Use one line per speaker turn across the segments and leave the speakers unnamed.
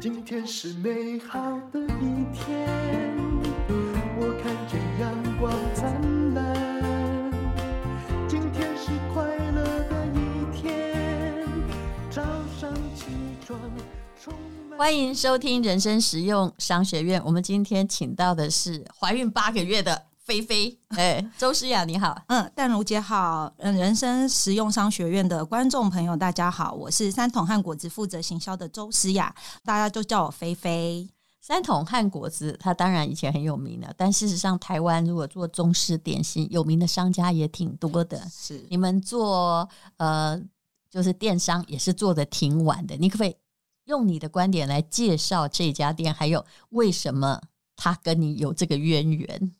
今天是美好的一天，我看见阳光灿烂。今天是快乐的一天，早上起床充满。
欢迎收听人生实用商学院。我们今天请到的是怀孕八个月的菲菲，哎，周诗雅，你好。
嗯，淡如姐好，嗯，人生实用商学院的观众朋友大家好，我是三桶汉果子负责行销的周诗雅，大家就叫我菲菲。
三桶汉果子，它当然以前很有名的，但事实上台湾如果做中式点心，有名的商家也挺多的。
是
你们做呃，就是电商也是做的挺晚的，你可不可以用你的观点来介绍这家店，还有为什么它跟你有这个渊源？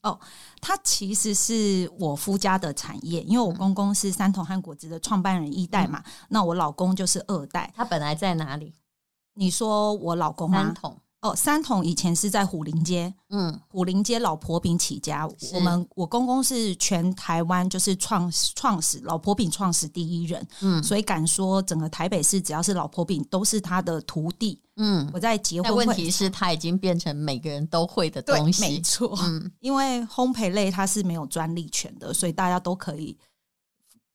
它其实是我夫家的产业，因为我公公是三桶汉果子的创办人一代嘛，
嗯
那我老公就是二代。
它本来在哪里？
你说我老公
三
吗？
桶，
哦，三桶以前是在虎林街，
嗯，
虎林街老婆饼起家
是，
我们我公公是全台湾就是创创始老婆饼创始第一人，
嗯
嗯，所以敢说整个台北市只要是老婆饼都是他的徒弟。
嗯，
我在结
但
婚
问
会
题是，它已经变成每个人都会的
对
东，
没
西。
错，
嗯，
因为烘焙类它是没有专利权的，所以大家都可以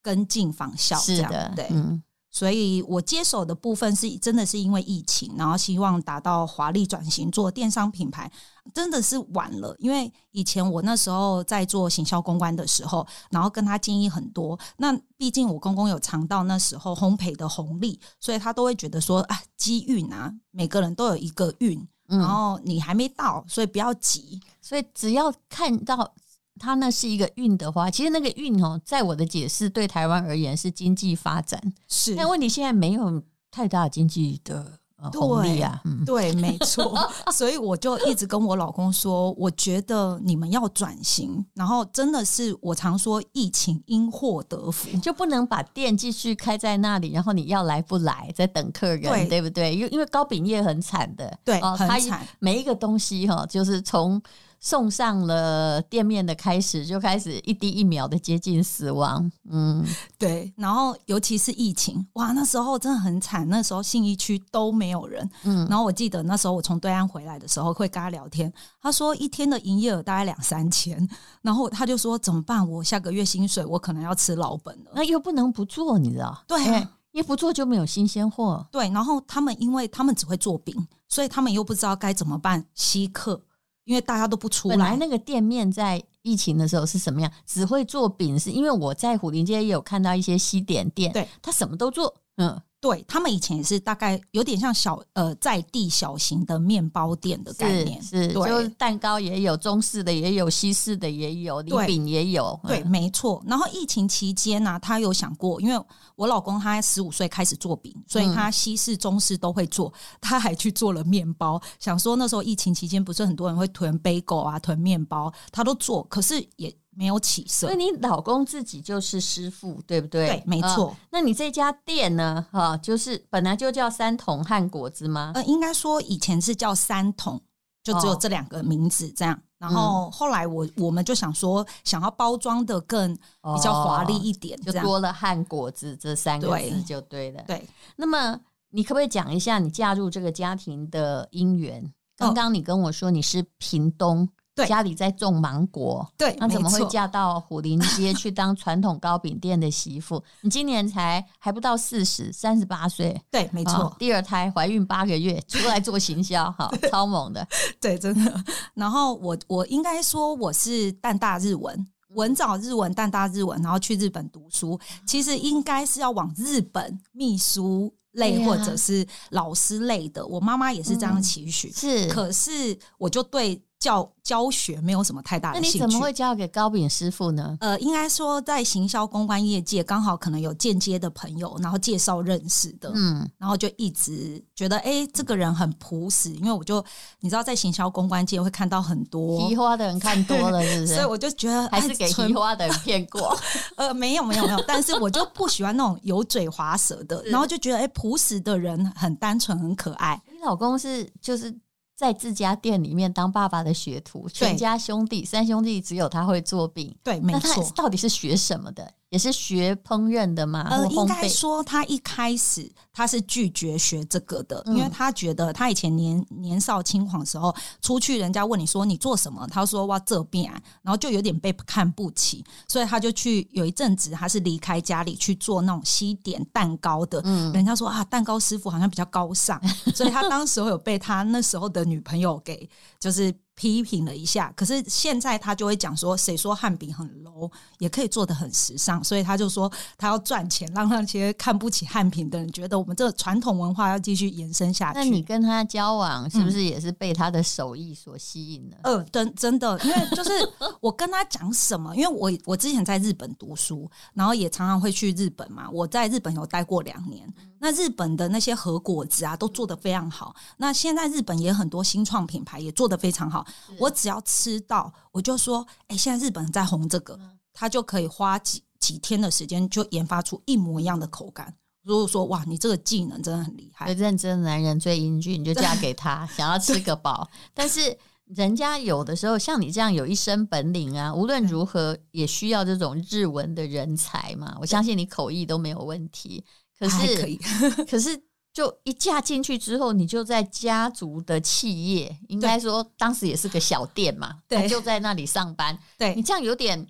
跟进仿效，这
是
样
的，
对。
嗯，
所以我接手的部分是真的是因为疫情，然后希望达到华丽转型做电商品牌，真的是晚了。因为以前我那时候在做行销公关的时候，然后跟他建议很多。那毕竟我公公有尝到那时候烘焙的红利，所以他都会觉得说啊，机运啊，每个人都有一个运，
嗯
然后你还没到，所以不要急。
所以只要看到它那是一个运的话，其实那个运哦，在我的解释，对台湾而言是经济发展，
是
但问题现在没有太大经济的呃红利啊， 嗯，
对，没错。所以我就一直跟我老公说，我觉得你们要转型。然后真的是我常说，疫情因祸得福。
就不能把店继续开在那里，然后你要来不来，在等客人，对
对
不对？因为因为糕饼业很惨的，
对，
哦
很
它一
惨。
每一个东西哈、就是从送上了店面的开始，就开始一滴一秒的接近死亡。嗯，
对，然后尤其是疫情，哇，那时候真的很惨。那时候信义区都没有人。
嗯
嗯，然后我记得那时候我从对岸回来的时候，会跟他聊天。他说一天的营业额大概两三千，然后他就说怎么办？我下个月薪水我可能要吃老本了。
那又不能不做，你知道？
对啊
哎一不做就没有新鲜货。
对，然后他们因为他们只会做饼，所以他们又不知道该怎么办稀客，因为大家都不出
本来
来。
那个店面在疫情的时候是什么样？只会做饼，是因为我在虎林街也有看到一些西点店，
对，
他什么都做。嗯，
对他们以前也是大概有点像小呃在地小型的面包店的概念
是，是，
对
就是蛋糕也有，中式的也有，西式的也有，礼
对
饼也有。嗯
对，没错。然后疫情期间呢、他有想过，因为我老公他十五岁开始做饼，所以
嗯
他西式、中式都会做，他还去做了面包。想说那时候疫情期间，不是很多人会囤 bagel 啊、囤面包，他都做，可是也没有起色
所以。你老公自己就是师傅，对不对？
对，没错。
嗯那你这家店呢？哈、就是本来就叫三桶汉果子吗？
呃，应该说以前是叫三桶，就
哦
只有这两个名字这样。然
嗯
后后来我我们就想说，想要包装的更呃比较华丽一点，
哦就
这样、
多了汉果子这三个字
对
就对了。
对。
那么你可不可以讲一下你嫁入这个家庭的因缘？刚刚你跟我说你是屏东，
哦对
家里在种芒果，
对，
那怎么
没
会
错？
嫁到虎林街去当传统糕饼店的媳妇？你今年才还不到四十，三十八岁，
对，没错，
啊第二胎怀孕八个月出来做行销，哈，超猛的。
对，真的。然后我我应该说我是淡大日文。文藻日文、淡大日文，然后去日本读书，
嗯
其实应该是要往日本秘书类、
对啊
或者是老师类的。我妈妈也是这样
嗯
期许，
是，
可是我就对教教学没有什么太大
那
的
你
兴趣。
怎么会交给糕饼师傅呢？
呃，应该说在行销公关业界，刚好可能有间接的朋友，然后介绍认识的，
嗯，
然后就一直觉得，哎、这个人很朴实，因为我就你知道，在行销公关界会看到很多
提，花的人 看多了，是不是？
所以我就觉得
还是
哎
给
纯
提花的人骗 过。
呃，没有没有没 有，但是我就不喜欢那种油嘴滑舌的，
是
然后就觉得，哎、朴实的人很单纯，很可爱。
你老公是就是在自家店里面当爸爸的学徒，全家兄弟三兄弟只有他会做饼。
对，没
那他
错，
到底是学什么的？也是学烹饪的嘛，
呃，
啊或
应
烘
该
焙。
说他一开始他是拒绝学这个的，
嗯
因为他觉得他以前年年少轻狂的时候，出去人家问你说你做什么，他说哇这边、啊，然后就有点被看不起，所以他就去有一阵子他是离开家里去做那种西点蛋糕的，
嗯，
人家说啊，蛋糕师傅好像比较高尚， 所以他当时候有被他那时候的女朋友给就是批评了一下。可是现在他就会讲说，谁说汉饼很 low，也可以做的很时尚，所以他就说他要赚钱，让那些看不起汉饼的人觉得我们这个传统文化要继续延伸下
那
去。
你跟他交往
嗯
是不是也是被他的手艺所吸引呢？
呃，真真的，因为就是我跟他讲什么，因为我我之前在日本读书，然后也常常会去日本嘛。我在日本有待过两年，
嗯
那日本的那些和果子啊，都做得非常好。那现在日本也很多新创品牌也做得非常好。我只要吃到，我就说，哎、现在日本在红这个，
嗯
他就可以花几几天的时间就研发出一模一样的口感。如果说哇，你这个技能真的很厉害
所以，认真的男人最英俊，你就嫁给 他，想要吃个饱。但是人家有的时候像你这样有一身本领啊，无论如何也需要这种日文的人才嘛。我相信你口译都没有问题，可
啊还
是
可以。
可是就一嫁进去之后，你就在家族的企业，应该说当时也是个小店嘛，
对
他就在那里上班。
对
你，这样有点，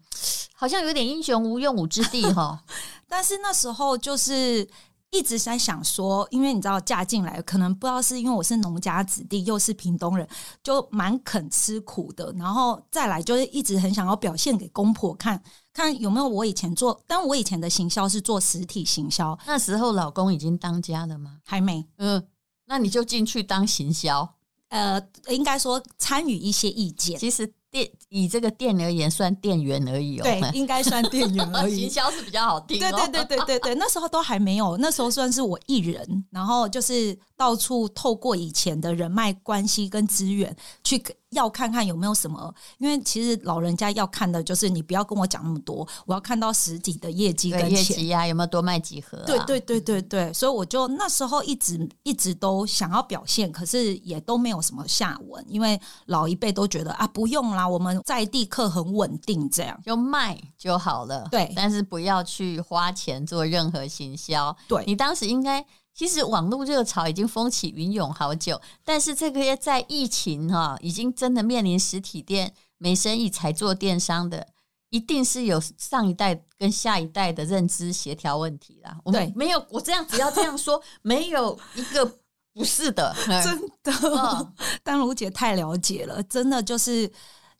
好像有点英雄无用武之地哈。
但是那时候就是一直在想说，因为你知道嫁进来，可能不知道是因为我是农家子弟，又是屏东人，就蛮肯吃苦的。然后再来就是一直很想要表现给公婆看，看有没有我以前做，但我以前的行销是做实体行销，
那时候老公已经当家了吗？
还没。
嗯，那你就进去当行销。
呃，应该说参与一些意见，
其实店以这个店而言，算店员而已哦。
对， 应该算店员而已
行。销是比较好听、哦。
对对对对对对，那时候都还没有，那时候算是我一人，然后就是到处透过以前的人脉关系跟资源去要看看有没有什么，因为其实老人家要看的就是你不要跟我讲那么多，我要看到实体的业绩
对
跟
业
钱。
绩啊，有没有多卖几盒、啊？
对对对对对，所以我就那时候一直一直都想要表现，可是也都没有什么下文，因为老一辈都觉得啊不用啦，我们在地客很稳定这样。
就卖就好了。
对
但是不要去花钱做任何行销。
对
你当时应该，其实网络热潮已经风起云涌好久，但是这个在疫情哈、已经真的面临实体店没生意才做电商的。一定是有上一代跟下一代的认知协调问题啦。我们
对
没有，我这样只要这样说，没有一个不是的。
真的，
嗯
丹如姐太了解了，真的就是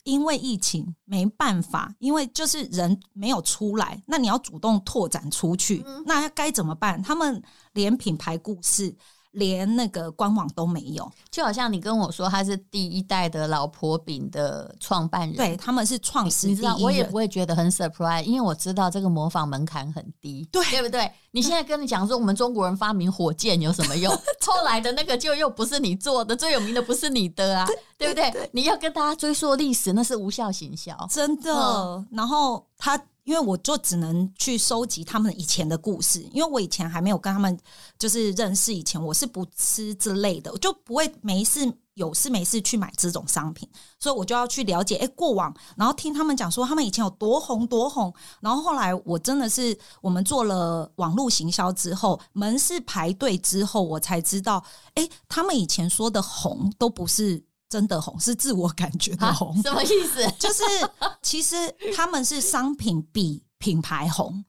因为疫情没办法，因为就是人没有出来，那你要主动拓展出去，
嗯
那该怎么办？他们连品牌故事。连那个官网都没有，
就好像你跟我说他是第一代的老婆饼的创办人，
对他们是创始
你
第
知道，
一
我也
人
我也觉得很 surprise，因为我知道这个模仿门槛很低，
对
对不对？你现在跟你讲说我们中国人发明火箭有什么 用？后来的那个就又不是你做的，最有名的不是你的啊，对不对？你要跟大家追溯历史，那是无效行销。
真的。
嗯
然后他，因为我就只能去收集他们以前的故事，因为我以前还没有跟他们就是认识，以前我是不吃之类的，我就不会没事有事没事去买这种商品，所以我就要去了解哎、诶过往，然后听他们讲说他们以前有多红多红，然后后来我真的是我们做了网络行销之后，门市排队之后，我才知道哎、诶他们以前说的红都不是。真的红是自我感觉的
啊
红，
什么意思？
就是其实他们是商品比品牌红。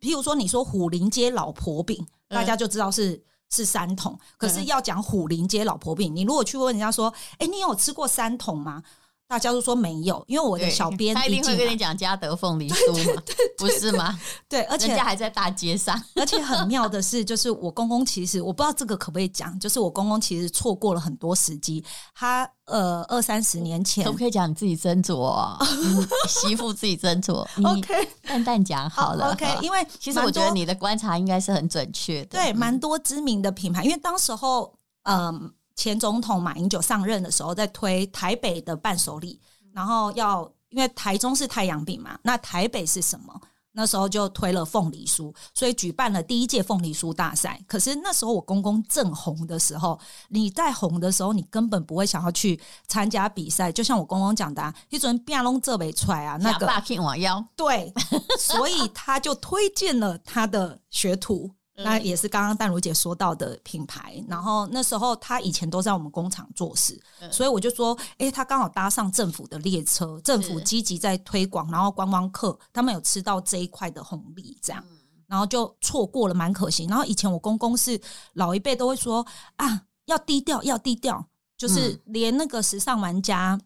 譬如说，你说虎林街老婆饼，
嗯
大家就知道是。是三桶，可是要讲虎林街老婆饼，你如果去问人家说，哎、你有吃过三桶吗？大家都说没有，因为我的
对
小 编啊
他一定会
进
跟
来
你讲嘉德凤梨酥嘛，不是吗？
对，而且
人家还在大街 上，
而且很妙的是，就是我公公其实我不知道这个可不可以讲，就是我公公其实错过了很多时机，他呃二三十年前
可不可以讲你自己斟酌 哦？嗯媳妇自己斟酌，你淡淡讲好了。
OK，因为
其实我觉
蛮
得
多
你的观察应该是很准确的。
对，
嗯
蛮多知名的品牌，因为当时候，嗯，前总统马英九上任的时候，在推台北的伴手礼，然后要因为台中是太阳饼嘛，那台北是什么？那时候就推了凤梨酥，所以举办了第一届凤梨酥大赛。可是那时候我公公正红的时候，你在红的时候，你根本不会想要去参加比赛。就像我公公讲的、啊，一准变弄这北出来啊，那
假
个
爸去我腰，
对，所以他就推荐了他的学 徒。
嗯
那也是刚刚淡如姐说到的品牌，然后那时候他以前都在我们工厂做事，
嗯
所以我就说，诶，他刚好搭上政府的列车，政府
是
积极在推广，然后观光客他们有吃到这一块的红利，这
嗯
样，然后就错过了，蛮可惜。然后以前我公公是老一辈都会说啊，要低调，要低调，
嗯
就是连那个时尚玩家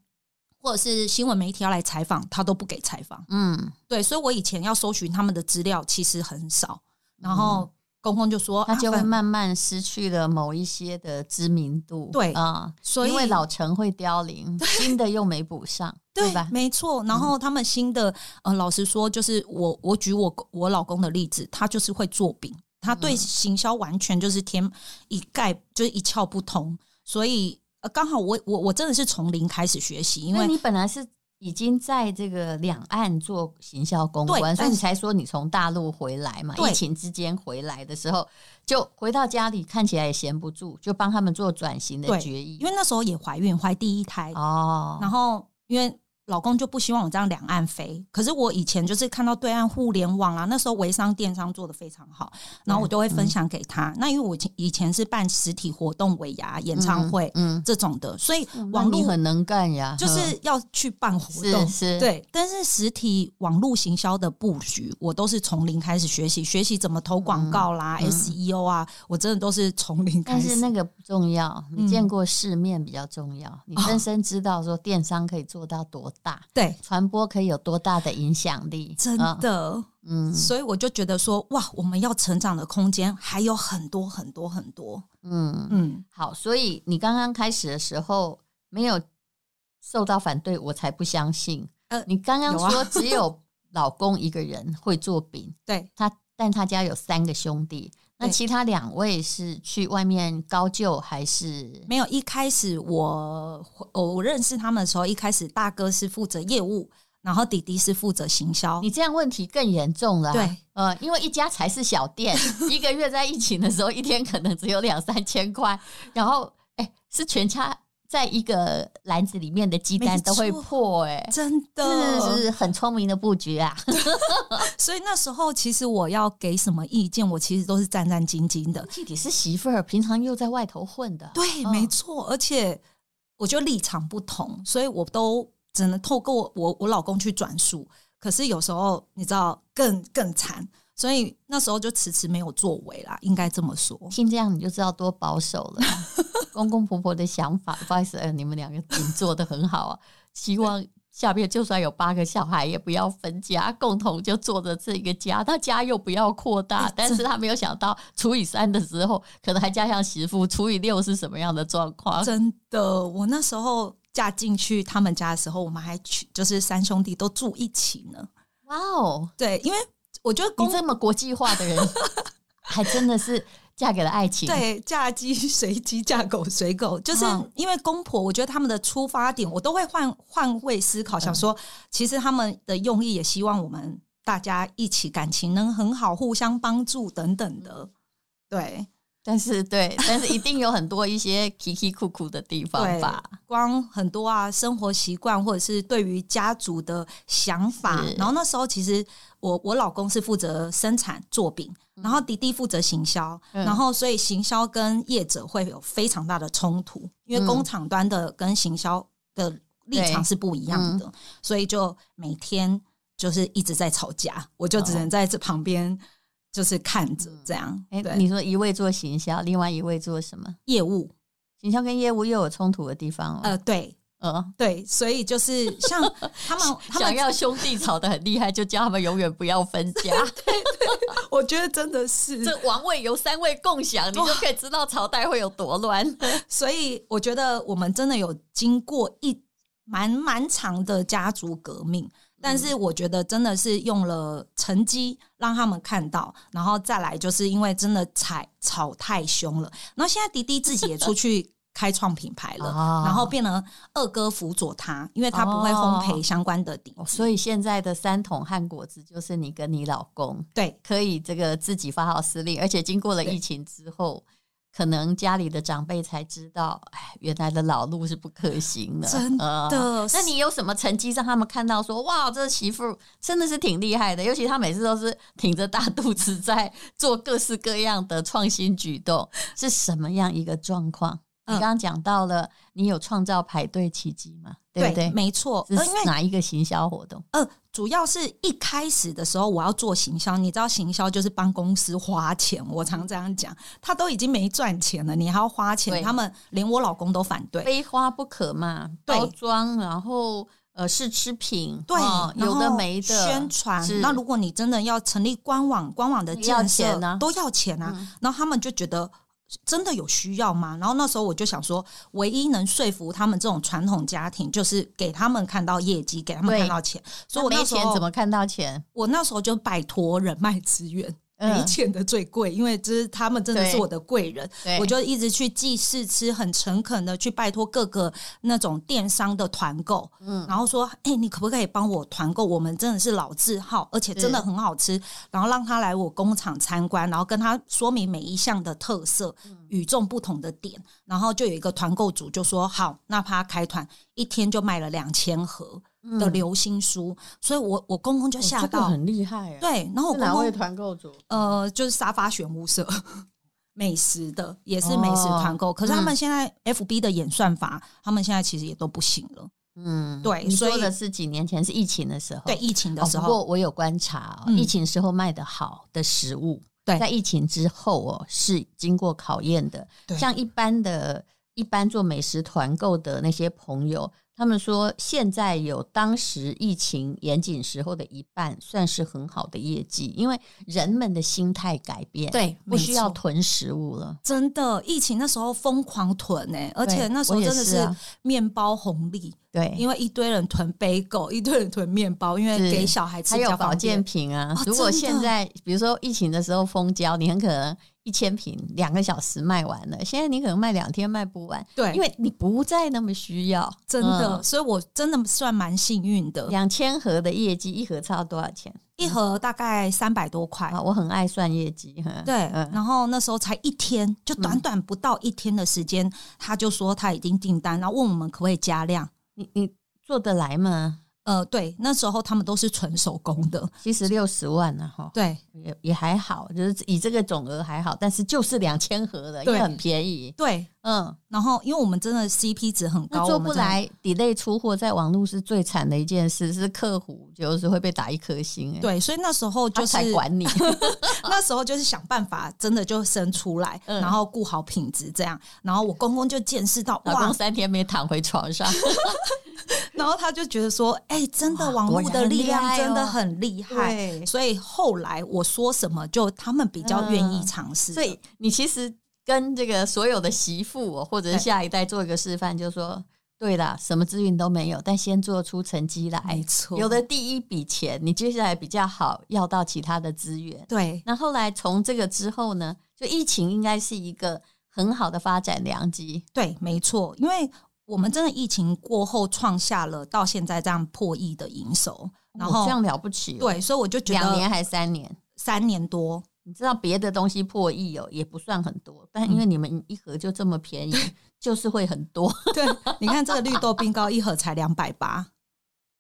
或者是新闻媒体要来采访，他都不给采访。
嗯，
对，所以我以前要搜寻他们的资料其实很少，然后公公就
嗯
说
他就
啊
会
反
慢慢失去了某一些的知名度，
对
啊，
所以
因为老陈会凋零，新的又没补上，
对
吧？嗯
没错。然后他们新的呃，老实说，就是我我举我我老公的例子，他就是会做饼，他
嗯
对行销完全就是天一概就是一窍不通，所以。呃，刚好我我我真的是从零开始学习，因
因为
为
你本来是已经在这个两岸做行销公
对
关，所以
但
你
是
才说你从大陆回来嘛，
对
疫情之间回来的时候，就回到家里看起来也闲不住，就帮他们做转型的
对
决议
因。为那时候也怀孕，怀第一胎，
哦，
然后因为老公就不希望我这样两岸飞，可是我以前就是看到对岸互联网啊，那时候微商电商做的非常好，然后我就会
嗯
分享给他。那因为我以前以前是办实体活动、尾牙、演唱会、
嗯，
这种的，所以
嗯
网
那你
络
很能干呀，
就是要去办活动
是。是
对，但是实体网络行销的布局，我都是从零开始学习，学习怎么投广告啦、SEO 啊，我真的都是从零开
嗯但
始。
是那个不重要，
嗯哦
你见过世面比较重要。你深深知道说电商可以做到多大，
对，
传播可以有多大的影响力。
真
啊，
的，
嗯
所以我就觉得说，哇，我们要成长的空间还有很多很多很多。
嗯，
嗯，
好。所以你刚刚开始的时候没有受到反对，我才不相信。
呃
你刚刚
有啊
说只有老公一个人会做饼，
对，
他但他家有三个兄弟，那
对
其他两位是去外面高就还是？
没有一开始我我认识他们的时候，一开始大哥是负责业务，然后弟弟是负责行销。
你这样问题更严重了啊、
对
呃，因为一家才是小 店，一个月在疫情的时候，一天可能只有两三千块，然后哎、是全家在一个篮子里面的鸡蛋
没错
都会破、哎。
真的
是是很聪明的布局啊！
所以那时候其实我要给什么意见，我其实都是战战兢兢的。
具体是媳妇儿，平常又在外头混 的，
对，
嗯
没错，而且我就立场不同，所以我都只能透过我我老公去转述。可是有时候你知道更更惨，所以那时候就迟迟没有作为啦，应该这么说。
听这样你就知道多保守了。 公公婆婆的想法，不好意思，呃、你们两个挺做的很好啊。希望下面就算有八个小孩，也不要分家，共同就做着这个家。他家又不要扩大，
哎
但是他没有想到除以三的时候，可能还加上媳妇，除以六是什么样的状况？
真的，我那时候嫁进去他们家的时候，我们还去就是三兄弟都住一起呢。
哇哦，
对，因为我觉得
你
公
这么国际化的 人，还真的是嫁给了爱情。
对，嫁鸡随鸡，嫁狗随狗，就是
嗯
因为公婆，我觉得他们的出发点，我都会换换位思
嗯
考，想说，其实他们的用意也希望我们大家一起感情能很好，互相帮助等等的。对
但是对，但是一定有很多一些奇奇酷酷的地方
对
吧？，
光很多啊，生活习惯或者是对于家族的想法
是。
然后那时候其实我我老公是负责生产做饼，然后弟弟负责行销，
嗯
然后所以行销跟业者会有非常大的冲突，
嗯
因为工厂端的跟行销的立场是不一样的，所以就每天就是一直在吵架，我就只能在这旁边就是看着这样。
哎、
对，
你说一位做行销，另外一位做什么？
业务
行销跟业务又有冲突的地方了。
呃对。
呃，
对，所以就是像 他们，他
想
们
要兄弟吵得很厉害，就叫他们永远不要 分家。
我觉得真的是，
这王位由三位共享，你就可以知道朝代会有多乱。
所以我觉得我们真的有经过一蛮蛮长的家族革命，
嗯
但是我觉得真的是用了成绩让他们看到，然后再来就是因为真的吵吵太凶了，然后现在迪迪自己也出去开创品牌了，
哦
然后变成二哥辅佐他，因为他不会烘焙相关的底子，
哦所以现在的三桶和果子就是你跟你老公
对
可以这个自己发号施令，而且经过了
对
疫情之后，可能家里的长辈才知道，哎，原来的老路是不可行的。
真
呃
的。
那你有什么成绩让他们看到说哇，这媳妇真的是挺厉害的？尤其她每次都是挺着大肚子在做各式各样的创新举动，是什么样一个状况？你
嗯
刚刚讲到了，你有创造排队奇迹嘛？对不对？
没错，
这
呃因为
是哪一个行销活动？
呃，主要是一开始的时候，我要做行销，你知道行销就是帮公司花钱，我常这样讲，他都已经没赚钱了，你还要花
对
钱，他们连我老公都反对。
非花不可嘛，
对
包装，然后呃试吃品，
对，
哦
然
有
后
的没的
宣传
是。
那如果你真的要成立官网，官网的
要
建设
钱啊
都要钱啊。然后他们就觉得。真的有需要吗？然后那时候我就想说，唯一能说服他们这种传统家庭，就是给他们看到业绩，给他们
对
看到钱。所以我
那
那
没
时
钱
候
怎么看到钱？
我那时候就拜托人脉资源，
嗯
没钱的最贵，因为这是他们真的
对
是我的贵人
对，
我就一直去记试吃，很诚恳的去拜托各个那种电商的团购，
嗯
然后说，哎、你可不可以帮我团购？我们真的是老字号，而且真的
是
很好吃，然后让他来我工厂参观，然后跟他说明每一项的特色、
嗯
与众不同的点，然后就有一个团购组就说，好，那他开团一天就卖了两千盒。的
嗯
流行书，所以我我公公
哦
就吓到，
厉害，啊
对，然后我公公
团购组？
呃就是沙发选物社美食的，也是美食
哦
团购。可是他
嗯
们现在 FB 的演算法，他们现在其实也都不行了。
嗯，
对
你说
所以
的是几年前是疫情的时候，
对，疫情的时
哦、不
候，
过我有观察、哦
嗯
疫情时候卖的好的食物，
对
在疫情之后哦，是经过考验的。
对
像一般的、一般做美食团购的那些朋友，他们说现在有当时疫情严谨时候的一半，算是很好的业绩，因为人们的心态改变，，
对，
不需要
没错
囤食物了。
真的，疫情那时候疯狂囤呢、而且那时候
我也
真的
是
是
啊
面包红利，
对，
因为一堆人囤杯狗，一堆人囤面包，因为
是
给小孩吃
还
比
有
较
保
方
健
便。
品啊
哦。
如果
真的
现在比如说疫情的时候封胶，你很可能一千瓶两个小时卖完了，现在你可能卖两天卖不完，
对，
因为嗯你不再那么需要。嗯
真的，所以我真的算蛮幸运的，
两千盒的业绩，一盒差不多多少钱
一盒大概三百多块。
啊？我很爱算业绩，哈
对，
嗯，
然后那时候才一天，就短短不到一天的时间，他就说他已经订单，然后问我们可不可以加量。
你你做得来吗？
呃，对，那时候他们都是纯手工的，
其实六十万呢，哈，
对
也也还好，就是以这个总额还好，但是就是两千盒的，
对
也很便宜，
对。
嗯，
然后因为我们真的 CP 值很
那
高，
做
我们
不
真的
来，delay 出货在网络是最惨的一件事，是客户就是会被打一颗星、欸，，
对，所以那时候
他
就是
才管嗯 你，
那时候就是想办法，真的就生出来，
嗯
然后顾好品质这样。然后我公公就见识到
老公
哇，
三天没躺回床上，
然后他就觉 得说，哎、真的
哇
网
果
络
然
的
很
力
厉害
量真的
哦
很厉害。
对
所以后来我说什么，就他们比较愿意
嗯
尝试的。
所以你其实跟这个所有的媳妇、哦、或者是下一代做一个示范，就说对啦，什么资源都没有，但先做出成绩来
没。错，
有的第一笔钱，你接下来比较好要到其他的资源。
对
那后来从这个之后呢，就疫情应该是一个很好的发展良机。
对，没错，因为我们真的疫情过后创下了到现在这样破亿的营收，然
哦
后
这样了不起、哦，
对，所以我就觉
两年
得
还三年。
三年多，
你知道别的东西破亿哦，也不算很多，
嗯
但因为你们一盒就这么便 宜，就是会很多。
对，你看这个绿豆冰糕一盒才两百八，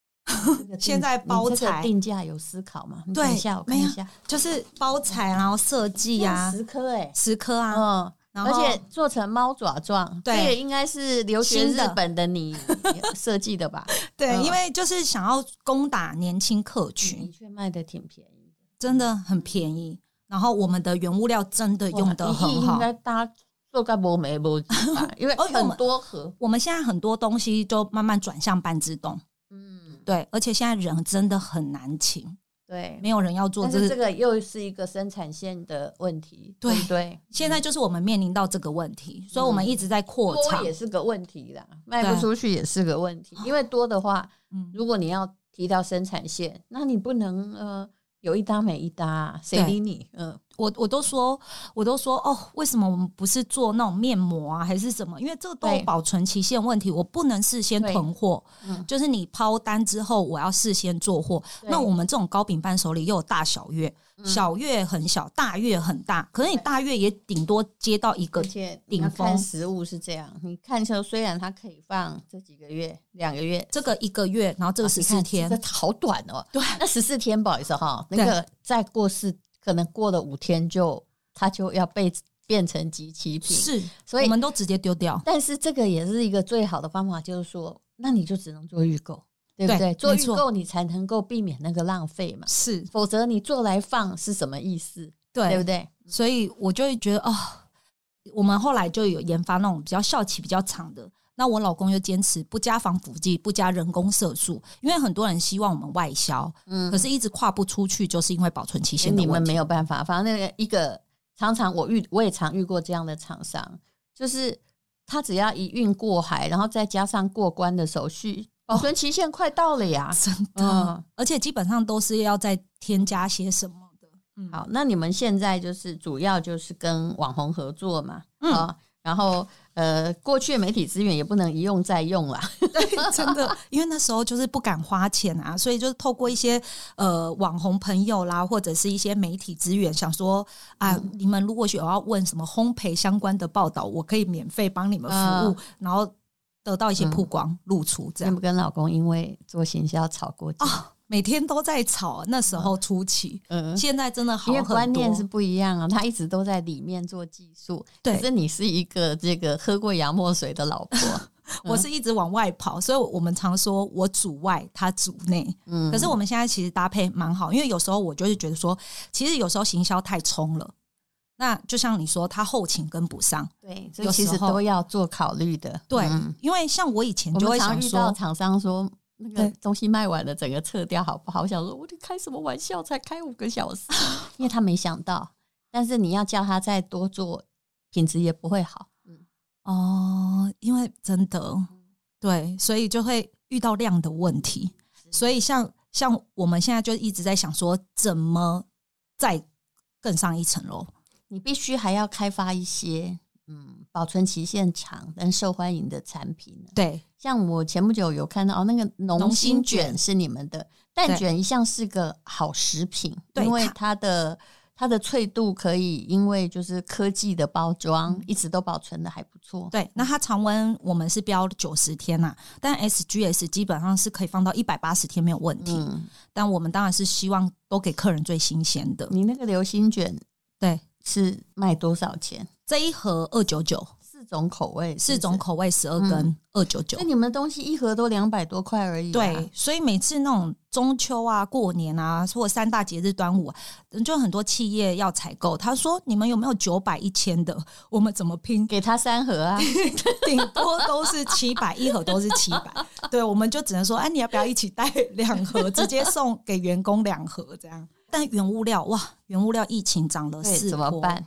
现在包
你这个
材
定价有思考吗？你
对
等一下我看一下，
就是包材，啊然后设计
呀，
啊，
十颗哎，
十颗啊，
嗯。
然
而
后
且做成猫爪状，
对
这个应该是留学
新
日
的
本的你 设计的吧？
对，
嗯
因为就是想要攻打年轻客群
的，确卖的挺便宜的，
真的很便宜。然后我们的原物料真的用的
哇一亿
很好哦
应，该大家做个没没没几吧，因为
而且我
很
们
多盒，
我们现在很多东西就慢慢转向半自动，
嗯，
对，而且现在人真的很难请，
对。
没有人要做
但
这
是这
个。
个又是一个生产线的问题，
对
对不对？
现在就是我们面临到这个问题，所以我
嗯
们一直在扩
多
厂
也。是个问题啦，卖不出去也是个问题，因为多的话，
啊嗯，
如果你要提到生产线，那你不能呃有一搭没一搭啊，谁
对
理你？嗯、
我我都说，我都说哦，为什么我们不是做那种面膜啊，还是什么？因为这个都有
对
保存期限问题，我不能事先
对
囤货。
嗯
就是你抛单之后，我要事先做货。
对嗯
那我们这种糕饼伴手礼又有大小月，小月很小，大月很大，可是你大月也顶多接到一个
而。且你
顶
要看
峰
食物是这样，你看时候虽然它可以放这几个月、两个月，
这个一个月，然后这个
啊
十
你
四
看
天
这，好短哦。
对，
那十四天不好意思哈，那个再过四，可能过了五天就它就要被变成集齐品。，
是，
所以
我们都直接丢掉。
但是这个也是一个最好的方法，就是说，那你就只能做预购，对不
对
对？做
没
预
错
购你才能够避免那个浪费嘛，
是
否则你做来放是什么意思？
对，
对不对？
所以我就会觉得哦，我们后来就有研发那种比较效期比较长的。那我老公又坚持不加防腐剂，不加人工色素，因为很多人希望我们外销，
嗯
可是一直跨不出去，就是因为保存期
其实
限的
你们
问题。
没有办法，反正那个一个常常我遇我也常遇过这样的厂商，就是他只要一运过海，然后再加上过关的手续，保存期限快到了呀。
哦真的，
嗯
而且基本上都是要再添加些什么的。嗯，
好，那你们现在就是主要就是跟网红合作嘛，
嗯
啊，然后呃，过去的媒体资源也不能一用再用啦，
真的，因为那时候就是不敢花钱啊，所以就是透过一些呃网红朋友啦，或者是一些媒体资源，想说啊，
嗯
你们如果有要问什么烘焙相关的报道，我可以免费帮你们服
啊
务，然后得到一些曝光、露出 这
你
样
们。跟老公因为做行销吵过架，
啊，每天都在吵，那时候初期，
嗯。
现在真的
因
好
为
很多。
观念是不一样啊，他一直都在里面做技术，
对
可是你是一个这个喝过洋墨水的老婆，
我是一直往外跑，所以我们常说我主外，他主内。
嗯
可是我们现在其实搭配蛮好，因为有时候我就是觉得说，其实有时候行销太冲了。那就像你说，他后勤跟不上，
对，
有
这其
时
实
候
都要做考虑的。
对，
嗯
因为像我以前
我
就会
们常
想
遇到
说，
厂商说那个
对
东西卖完了，整个撤掉好不好？我想说，我得开什么玩笑，才开五个小 时，因为他没想到。但是你要叫他再多做，品质也不会好。
哦、因为真的对，所以就会遇到量的问题。所以像像我们现在就一直在想说，怎么再更上一层楼？
你必须还要开发一些嗯保存期限长但受欢迎的产品。
对，
像我前不久有看到哦，那个
浓
浓
心
心
卷
卷是你们的，蛋
对
卷一向是个好食品，
对
因为
它
它的它的脆度可以因为就是科技的包装，一直都保存的还不错。
嗯对，那它常温我们是标九十天呐、但 SGS 基本上是可以放到一百八十天没有问题。
嗯，
但我们当然是希望都给客人最新鲜的。
你那个流心卷
对，
是卖多少钱？
这一盒二九九，
四种口味，
四种
口
口味十二根，二九九
那。你们嗯的东西一盒都两百多块而已、啊。
对，所以每次那种中秋啊、过年啊，或者三大节日、端午、啊，就很多企业要采购。他说：“你们有没有九百、一千的？我们怎么拼？
给他三盒啊，
顶多都是七百，一盒都是七百。对，我们就只能说，哎、你要不要一起带两盒，直接送给员工两盒这样？但原物料哇，原物料疫情涨了
对，
四，
怎么办？？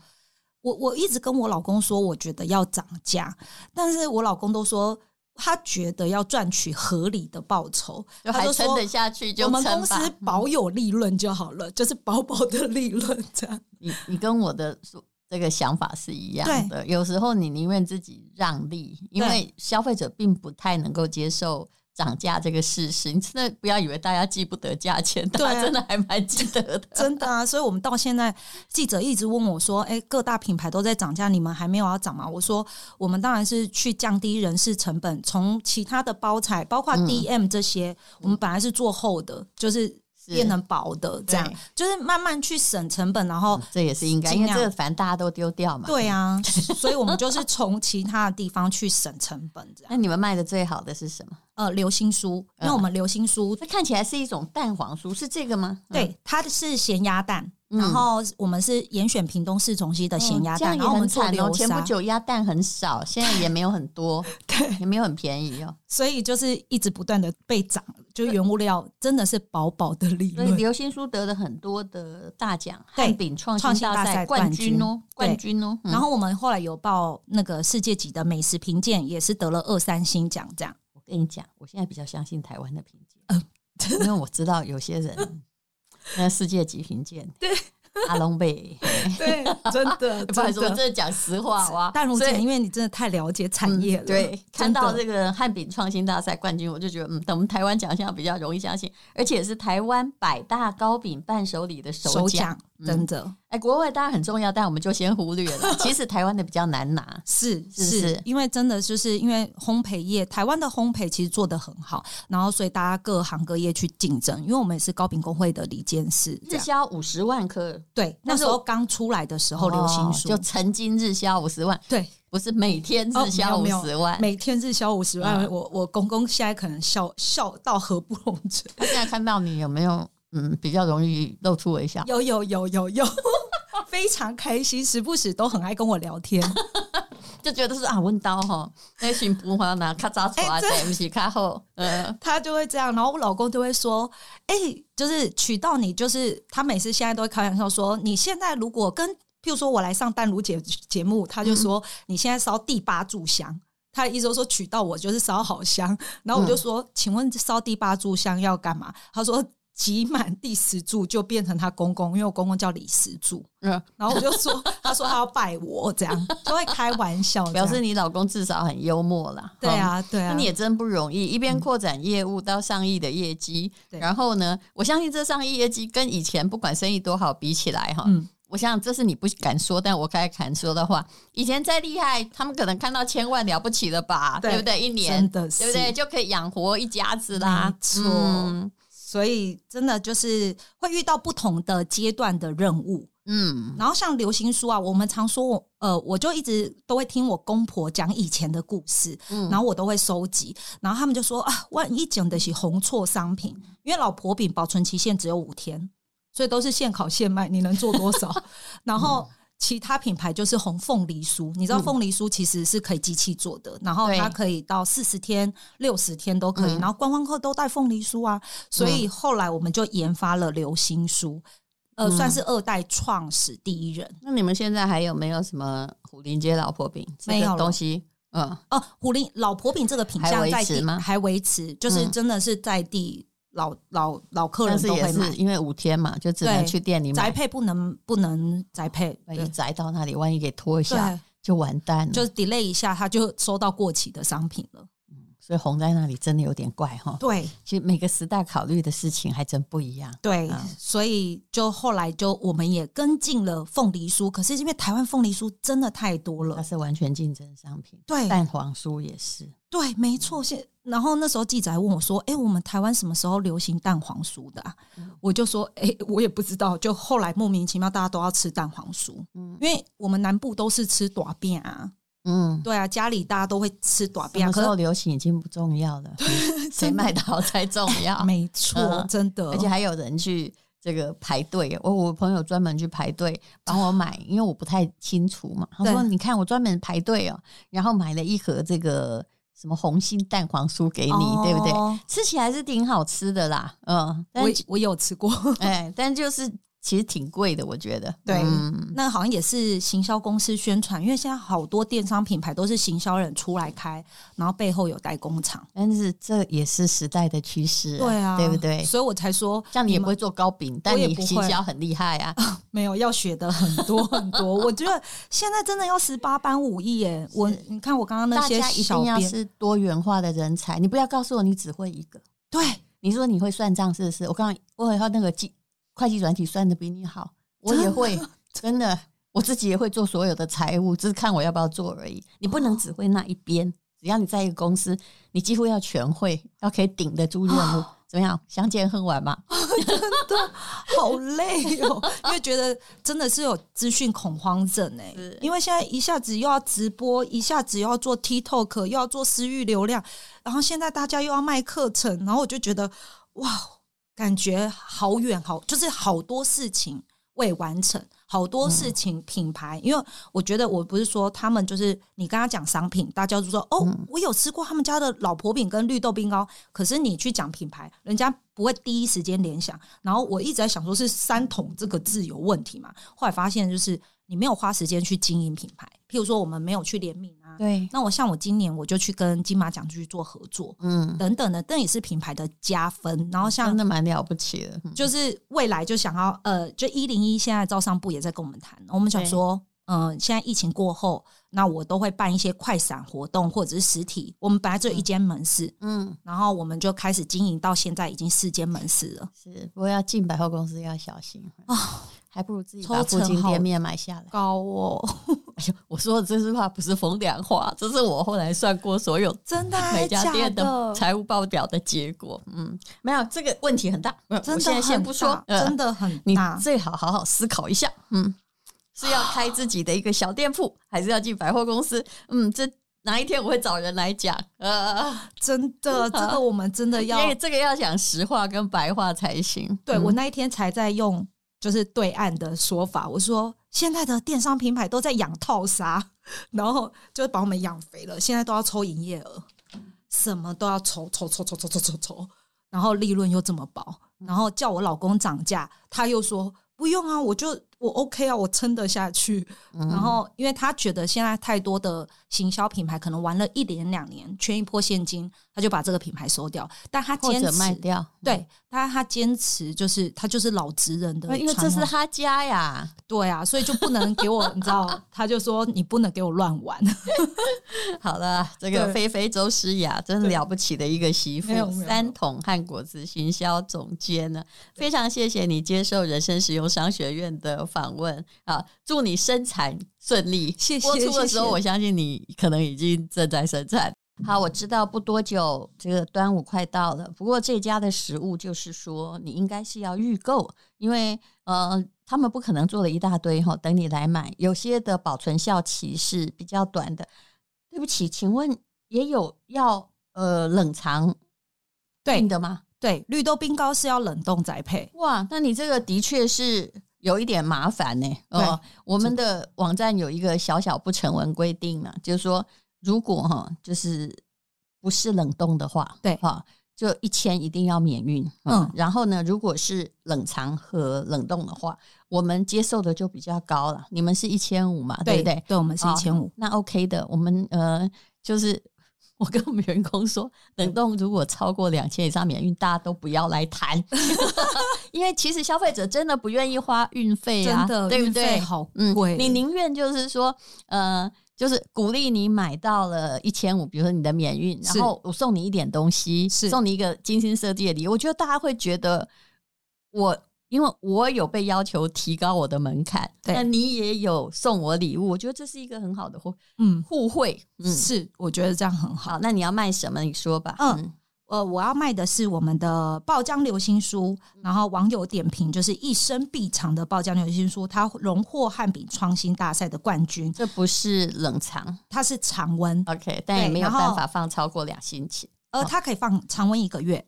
我我一直跟我老公说，我觉得要涨价，但是我老公都说。他觉得要赚取合理的报酬，
就
他
还
就说
撑得下去就
我们
撑
公司
吧。嗯
保有利润就好了，就是薄薄的利润这样。
你你跟我的说这个想法是一样的。有时候你宁愿自己让利，因为消费者并不太能够接受涨价这个事实。你真的不要以为大家记不得价钱，
对啊
大家真的还蛮记得 的。
真的啊，所以我们到现在，记者一直问我说：“哎、各大品牌都在涨价，你们还没有要涨吗？”我说：“我们当然是去降低人事成本，从其他的包材，包括
嗯
DM 这些，我们本来是做厚的，就是
是
变成薄的，这样
对嗯
就是慢慢去省成本，然后。
这也是应该，
尽
因为
量
这个反正大家都丢掉嘛。。
对 啊，所以我们就是从其他的地方去省成本，这样。
那你们卖的最好的是什么？
呃，流心酥，
嗯
因为我们流心酥
这看起来是一种蛋黄酥，是这个吗？嗯，
对，它是咸鸭蛋，
嗯
然后我们是严选屏东市中心的咸鸭
哦这样
蛋，
也
然后我们
很
做
惨哦。
流
前不
沙，
久鸭蛋很少，现在也没有很多，
对，
也没有很便宜哦。
所以就是一直不断的被涨，就是原物料真的是薄薄的利
所以
润。
刘心书得了很多的大奖，
对
汉饼创
创新
新大
大赛
赛
冠
冠
军
军哦，
对
冠军哦。嗯
然后我们后来有报那个世界级的美食评鉴，也是得了二三星奖，这样。
我跟你讲，我现在比较相信台湾的
哦
评鉴，因为我知道有些人那世界级评鉴，对阿龙 贝，
对，真 的，
不好意
真
思，我真
的。啊
的讲实话哇。
但如
所以
姐，因为你真的太了解产业了，
嗯对，看
真的
到这个汉饼创新大赛冠军，我就觉得，嗯，等我们台湾奖项比较容易相信，而且是台湾百大糕饼伴手礼的首
手
奖。
奖，嗯真的
哎，国外当然很重要，但我们就先忽略 了。其实台湾的比较难拿，
是
是是
因为真的就是因为烘焙业，台湾的烘焙其实做得很好，然后所以大家各行各业去竞争，因为我们也是糕饼工会的理监事，这
日
样
销五十万颗，
对，那
但是
时
我
候刚出来的时候流行
哦
书，
就曾经日销五十万，
对，
不是每天
哦
日销五
没有
十万。
每天日销五十万，
嗯
我我公公现在可能笑笑到合不拢嘴。
他现在看到你有没有嗯比较容易露出微笑？
有有有有有， 非常开心，时不时都很爱跟我聊天。
就觉得是啊，问刀哈，那群不花拿咔嚓出来，
哎
对不起，卡后，嗯，
他就会这样，然后我老公就会说：“哎、就是娶到你，就是他每次现在都会开玩笑说，你现在如果跟，譬如说我来上丹如姐节目，他就
嗯
说、你现在烧第八炷香。”他的意思就是说娶到我就是烧好香，然
嗯
后我就说：“请问烧第八炷香要干嘛？”他说：“集满第十炷就变成他公公，因为我公公叫李十柱。”
嗯
然后我就 说：“他说他要拜我，这样就会开玩笑这
表
样。”
示你老公至少很幽默啦。
对
哈。
啊，对
那
啊，
你也真不容易，一边扩展业务到上亿的业绩，
对
然后呢，我相信这上亿业绩跟以前不管生意多好比起来哈，
嗯
我想这是你不敢说，但我该敢说的话。以前再厉害，他们可能看到千万了不起了吧，
对
对不对？一年
真，的是
对不对？就可以养活一家子啦。
没错
嗯
所以真的就是会遇到不同的阶段的任务。
嗯
然后像流行书啊，我们常说我，呃，我就一直都会听我公婆讲以前的故事，
嗯
然后我都会收集。然后他们就说啊，万一讲的是红错商品，因为老婆饼保存期限只有五天，所以都是现烤现卖，你能做多少？ 然后。其他品牌就是红凤梨酥，你知道
嗯
凤梨酥其实是可以机器做的，然后
对
它可以到四十天、六十天都可以，
嗯
然后观光客都带凤梨酥啊，所以后来我们就研发了流行书，呃，
嗯
算是二代创始第一人
那你们现在还有没有什么虎林街老婆饼这
没有
个
了
东西？嗯，
哦。虎林老婆饼这个品
还
相
维
在
持
地
吗
还维持，就是
嗯
真的是在地老、老老客
但
人
是
都
也
会
是
买，
因为五天嘛，就只能
对
去店里
宅
买。
配不能不能宅配，
万一
对
宅到那里，万一给拖一下嗯
对，
就完蛋了。
就是 delay 一下，他就收到过期的商品了。
所以红在那里真的有点怪哈。
对
其实每个时代考虑的事情还真不一样。
对，
嗯
所以就后来就我们也跟进了凤梨酥，可是因为台湾凤梨酥真的太多了
它，是完全竞争商品，
对
蛋黄酥也是，
对，没错。现然后那时候记者还问我说：“哎、我们台湾什么时候流行蛋黄酥的、啊？”
嗯
我就说：“哎、我也不知道。”就后来莫名其妙大家都要吃蛋黄酥，
嗯
因为我们南部都是吃短便啊，
嗯，
对啊，家里大家都会吃短
什
便、啊。
么时
可
候
是
流行已经不重要了，谁卖得好才 重要。
没错，
嗯
真的，
而且还有人去这个排队，我我朋友专门去排队帮我买，因为我不太清楚嘛。他说：“
对
你看，我专门排队哦，然后买了一盒这个什么红心蛋黄酥给你，对不对？
哦
吃起来是挺好吃的啦，嗯，但
我我有吃过，
哎，但就是其实挺贵的，我觉得。
对
嗯
那好像也是行销公司宣传，因为现在好多电商品牌都是行销人出来开，然后背后有代工厂。
但是这也是时代的趋势、
对啊，
对不对？
所以我才说，
像你也不会做糕饼，但
我也
你
不会
行销很厉害啊！
没有要学的很 多很多，我觉得现在真的要十八般武艺耶！我你看我刚刚那
大
些
家一
小
定要
编，
是多元化的人才，你不要告诉我你只会一个。
对
你说你会算账是不是？我刚刚我以后那个计会计软体算的比你好，我也会， 真的，我自己也会做所有的财务，只是看我要不要做而已。你不能只会那一边，只要你在一个公司，你几乎要全会，要可以顶得住任务。怎么样？相见恨晚嘛？
好累哦，因为觉得真的是有资讯恐慌症哎
是，
因为现在一下子又要直播，一下子又要做 TikTok，又要做私域流量，然后现在大家又要卖课程，然后我就觉得哇，感觉好远，好就是好多事情未完成，好多事情品牌，因为我觉得我不是说他们就是你跟他讲商品，大家就说哦，我有吃过他们家的老婆饼跟绿豆冰糕，可是你去讲品牌，人家不会第一时间联想。然后我一直在想说是三桶这个字有问题嘛，后来发现就是你没有花时间去经营品牌，譬如说我们没有去联名啊，啊。
对，
那我像我今年我就去跟金马奖去做合作
嗯，
等等的，这也是品牌的加分。然后像
真的蛮了不起的，嗯
就是未来就想要呃，就一零一现在招商部也在跟我们谈，我们想说，嗯、现在疫情过后，那我都会办一些快闪活动或者是实体。我们本来只有一间门市，
嗯，
然后我们就开始经营到现在已经四间门市了。
是。不过要进百货公司要小心
啊
还不如自己
抽
把附
成
近
好
店面买下来。
高哦，
哎呦，我说的这句话不是风凉话，这是我后来算过所有
真的 哎
每家店的
的
财务报表的结果。嗯，没有这个问题很大，嗯
真
我
的
现在先
很
不说
大，真
的，
的很
你
大。啊
最好好好思考一下，嗯，是要开自己的一个小店铺，还是要进百货公司？嗯，这哪一天我会找人来讲？呃，
真 的，这个我们真的
因
要
为这个要讲实话跟白话才行。
对
嗯
我那一天才在用就是对岸的说法，我说现在的电商品牌都在养套杀， 然后就把我们养肥了，现在都要抽营业额，什么都要抽抽抽抽抽抽抽抽，然后利润又这么薄，
嗯
然后叫我老公涨价，他又说不用啊，我就我 OK 啊，我撑得下去。
嗯
然后因为他觉得现在太多的行销品牌可能玩了一年两年，圈一波现金，他就把这个品牌收掉，但他
或
坚
者
持
卖掉，
对，但他坚持就是他就是老职人的
嗯，
传统，
因为这是他家呀。
对啊，所以就不能给我，你知道，他就说你不能给我乱玩，
好了，这个
对
菲菲周诗雅真是
对
了不起的一个媳妇
没有没，有
三统汉果子行销总监呢，非常谢谢你接受人生实用商学院的访问啊！祝你生产顺利。
谢谢
播出的时
谢
候，
谢
我相信你可能已经正在生产。好，我知道不多久这个端午快到了，不过这家的食物就是说你应该是要预购，因为呃他们不可能做了一大堆哈，等你来买。有些的保存效期是比较短的。对不起，请问也有要呃冷藏
对嗯
定的吗？
对，绿豆冰糕是要冷冻栽培，
哇，那你这个的确是有一点麻烦呢、哦，我们的网站有一个小小不成文规定嘛，就是说，如果哈、就是不是冷冻的话，
对
哈、就一千一定要免运。哦
嗯
然后呢，如果是冷藏和冷冻的话，我们接受的就比较高了。你们是一千五嘛，对
啊对
不对？
对，我们是
哦
一千五，
那 OK 的，我们呃，就是 我跟我们员工说，冷冻如果超过两千以上免运，大家都不要来谈， 因为其实消费者真的不愿意花运费啊，
真的
对不
运
对
费？好
嗯
贵，，
你宁愿就是说，呃，就是鼓励你买到了一千五，比如说你的免运，然
是
后我送你一点东西，
是
送你一个精心设计的礼物，我觉得大家会觉得我。因为我有被要求提高我的门槛，
对
那你也有送我礼物，我觉得这是一个很好的互
嗯，
互惠。嗯，
是，我觉得这样很好。
好，那你要卖什么？你说吧。
嗯，呃，我要卖的是我们的爆浆流心酥，然后网友点评就是一生必尝的爆浆流心酥，它荣获汉饼创新大赛的冠军，
这不是冷藏
它是常温，
，OK，但也
对
没有
然后
办法放超过两星期，
呃，它可以放常温一个月，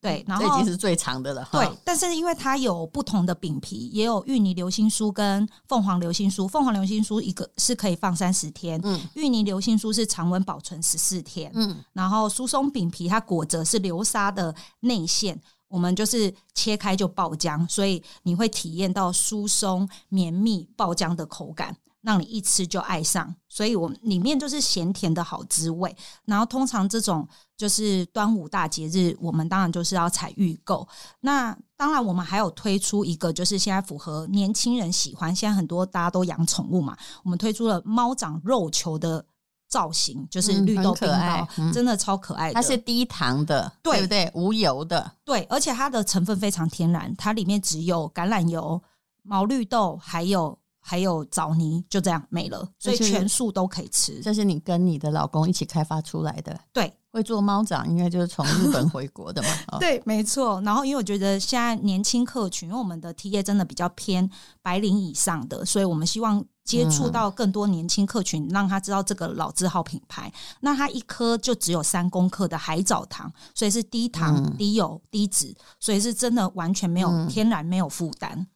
对，然
这
后
已经是最长的了。哈
对，但是因为它有不同的饼皮，也有芋泥流心酥跟凤凰流心酥。凤凰流心酥一个是可以放三十天，
嗯
芋泥流心酥是常温保存十四天，
嗯，
然后酥松饼皮它裹着是流沙的内馅。我们就是切开就爆浆，所以你会体验到酥松绵密爆浆的口感，让你一吃就爱上。所以我们里面就是咸甜的好滋味。然后通常这种就是端午大节日，我们当然就是要采预购。那当然，我们还有推出一个，就是现在符合年轻人喜欢，现在很多大家都养宠物嘛，我们推出了猫掌肉球的造型，就是
嗯
绿豆
很可
冰
爱
糕，
嗯
真的超可爱的。
它是低糖的，
对
对不对？无油的，
对，而且它的成分非常天然，它里面只有橄榄油、毛绿豆，还有还有枣泥，就这样没了，所以
就是
全素都可以吃。
这是你跟你的老公一起开发出来的。
对，
会做猫掌，应该就是从日本回国的嘛。哦，
对，没错。然后，因为我觉得现在年轻客群，因为我们的 T A 真的比较偏白领以上的，所以我们希望接触
嗯
到更多年轻客群，让他知道这个老字号品牌。那它一颗就只有三公克的海藻糖，所以是低糖、
嗯
低油、低脂，所以是真的完全没有、
嗯
天然没有负担。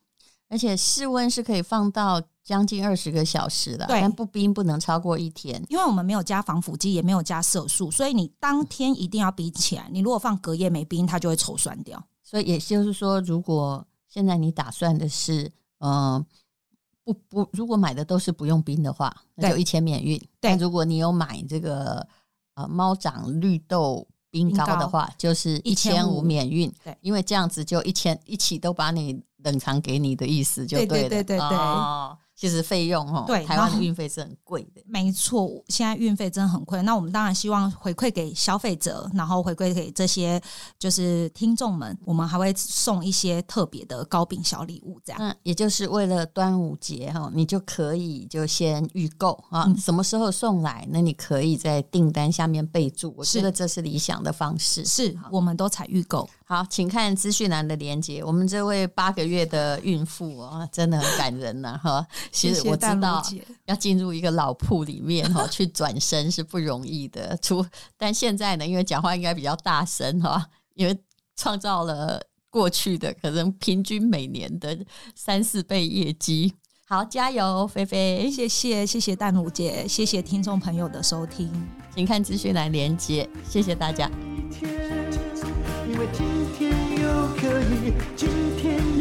而且室温是可以放到将近二十个小时的，
对
但不冰不能超过一天。
因为我们没有加防腐剂，也没有加色素，所以你当天一定要冰起来。你如果放隔夜没冰，它就会稠酸掉。
所以也就是说，如果现在你打算的是，呃，不不，如果买的都是不用冰的话，那就
对
一千免运。但如果你有买这个呃猫掌绿豆冰糕
冰糕
的话，就是一千五
1500
免运。
对
因为这样子就一千一起都把你冷藏给你的意思就
对
了。
对对对对
哦，其实费用哦，
对
台
然
湾
后
的运费是很贵的。
没错，现在运费真的很贵。那我们当然希望回馈给消费者，然后回馈给这些就是听众们，我们还会送一些特别的糕饼小礼物，这样。
那也就是为了端午节哈，你就可以就先预购啊，
嗯
什么时候送来，那你可以在订单下面备注。我
是
觉得这是理想的方式。
是
好
我们都采预购，
好，请看资讯栏的连接。我们这位八个月的孕妇啊，真的很感人呐、哈。其实我知道要进入一个老铺里面哈、去转身是不容易的。除但现在呢，因为讲话应该比较大声哈、因为创造了过去的可能平均每年的三四倍业绩。好，加油，菲菲！
谢谢谢谢淡如姐，谢谢听众朋友的收听。
请看资讯栏连接，谢谢大家。
天，因为今天又可以，今天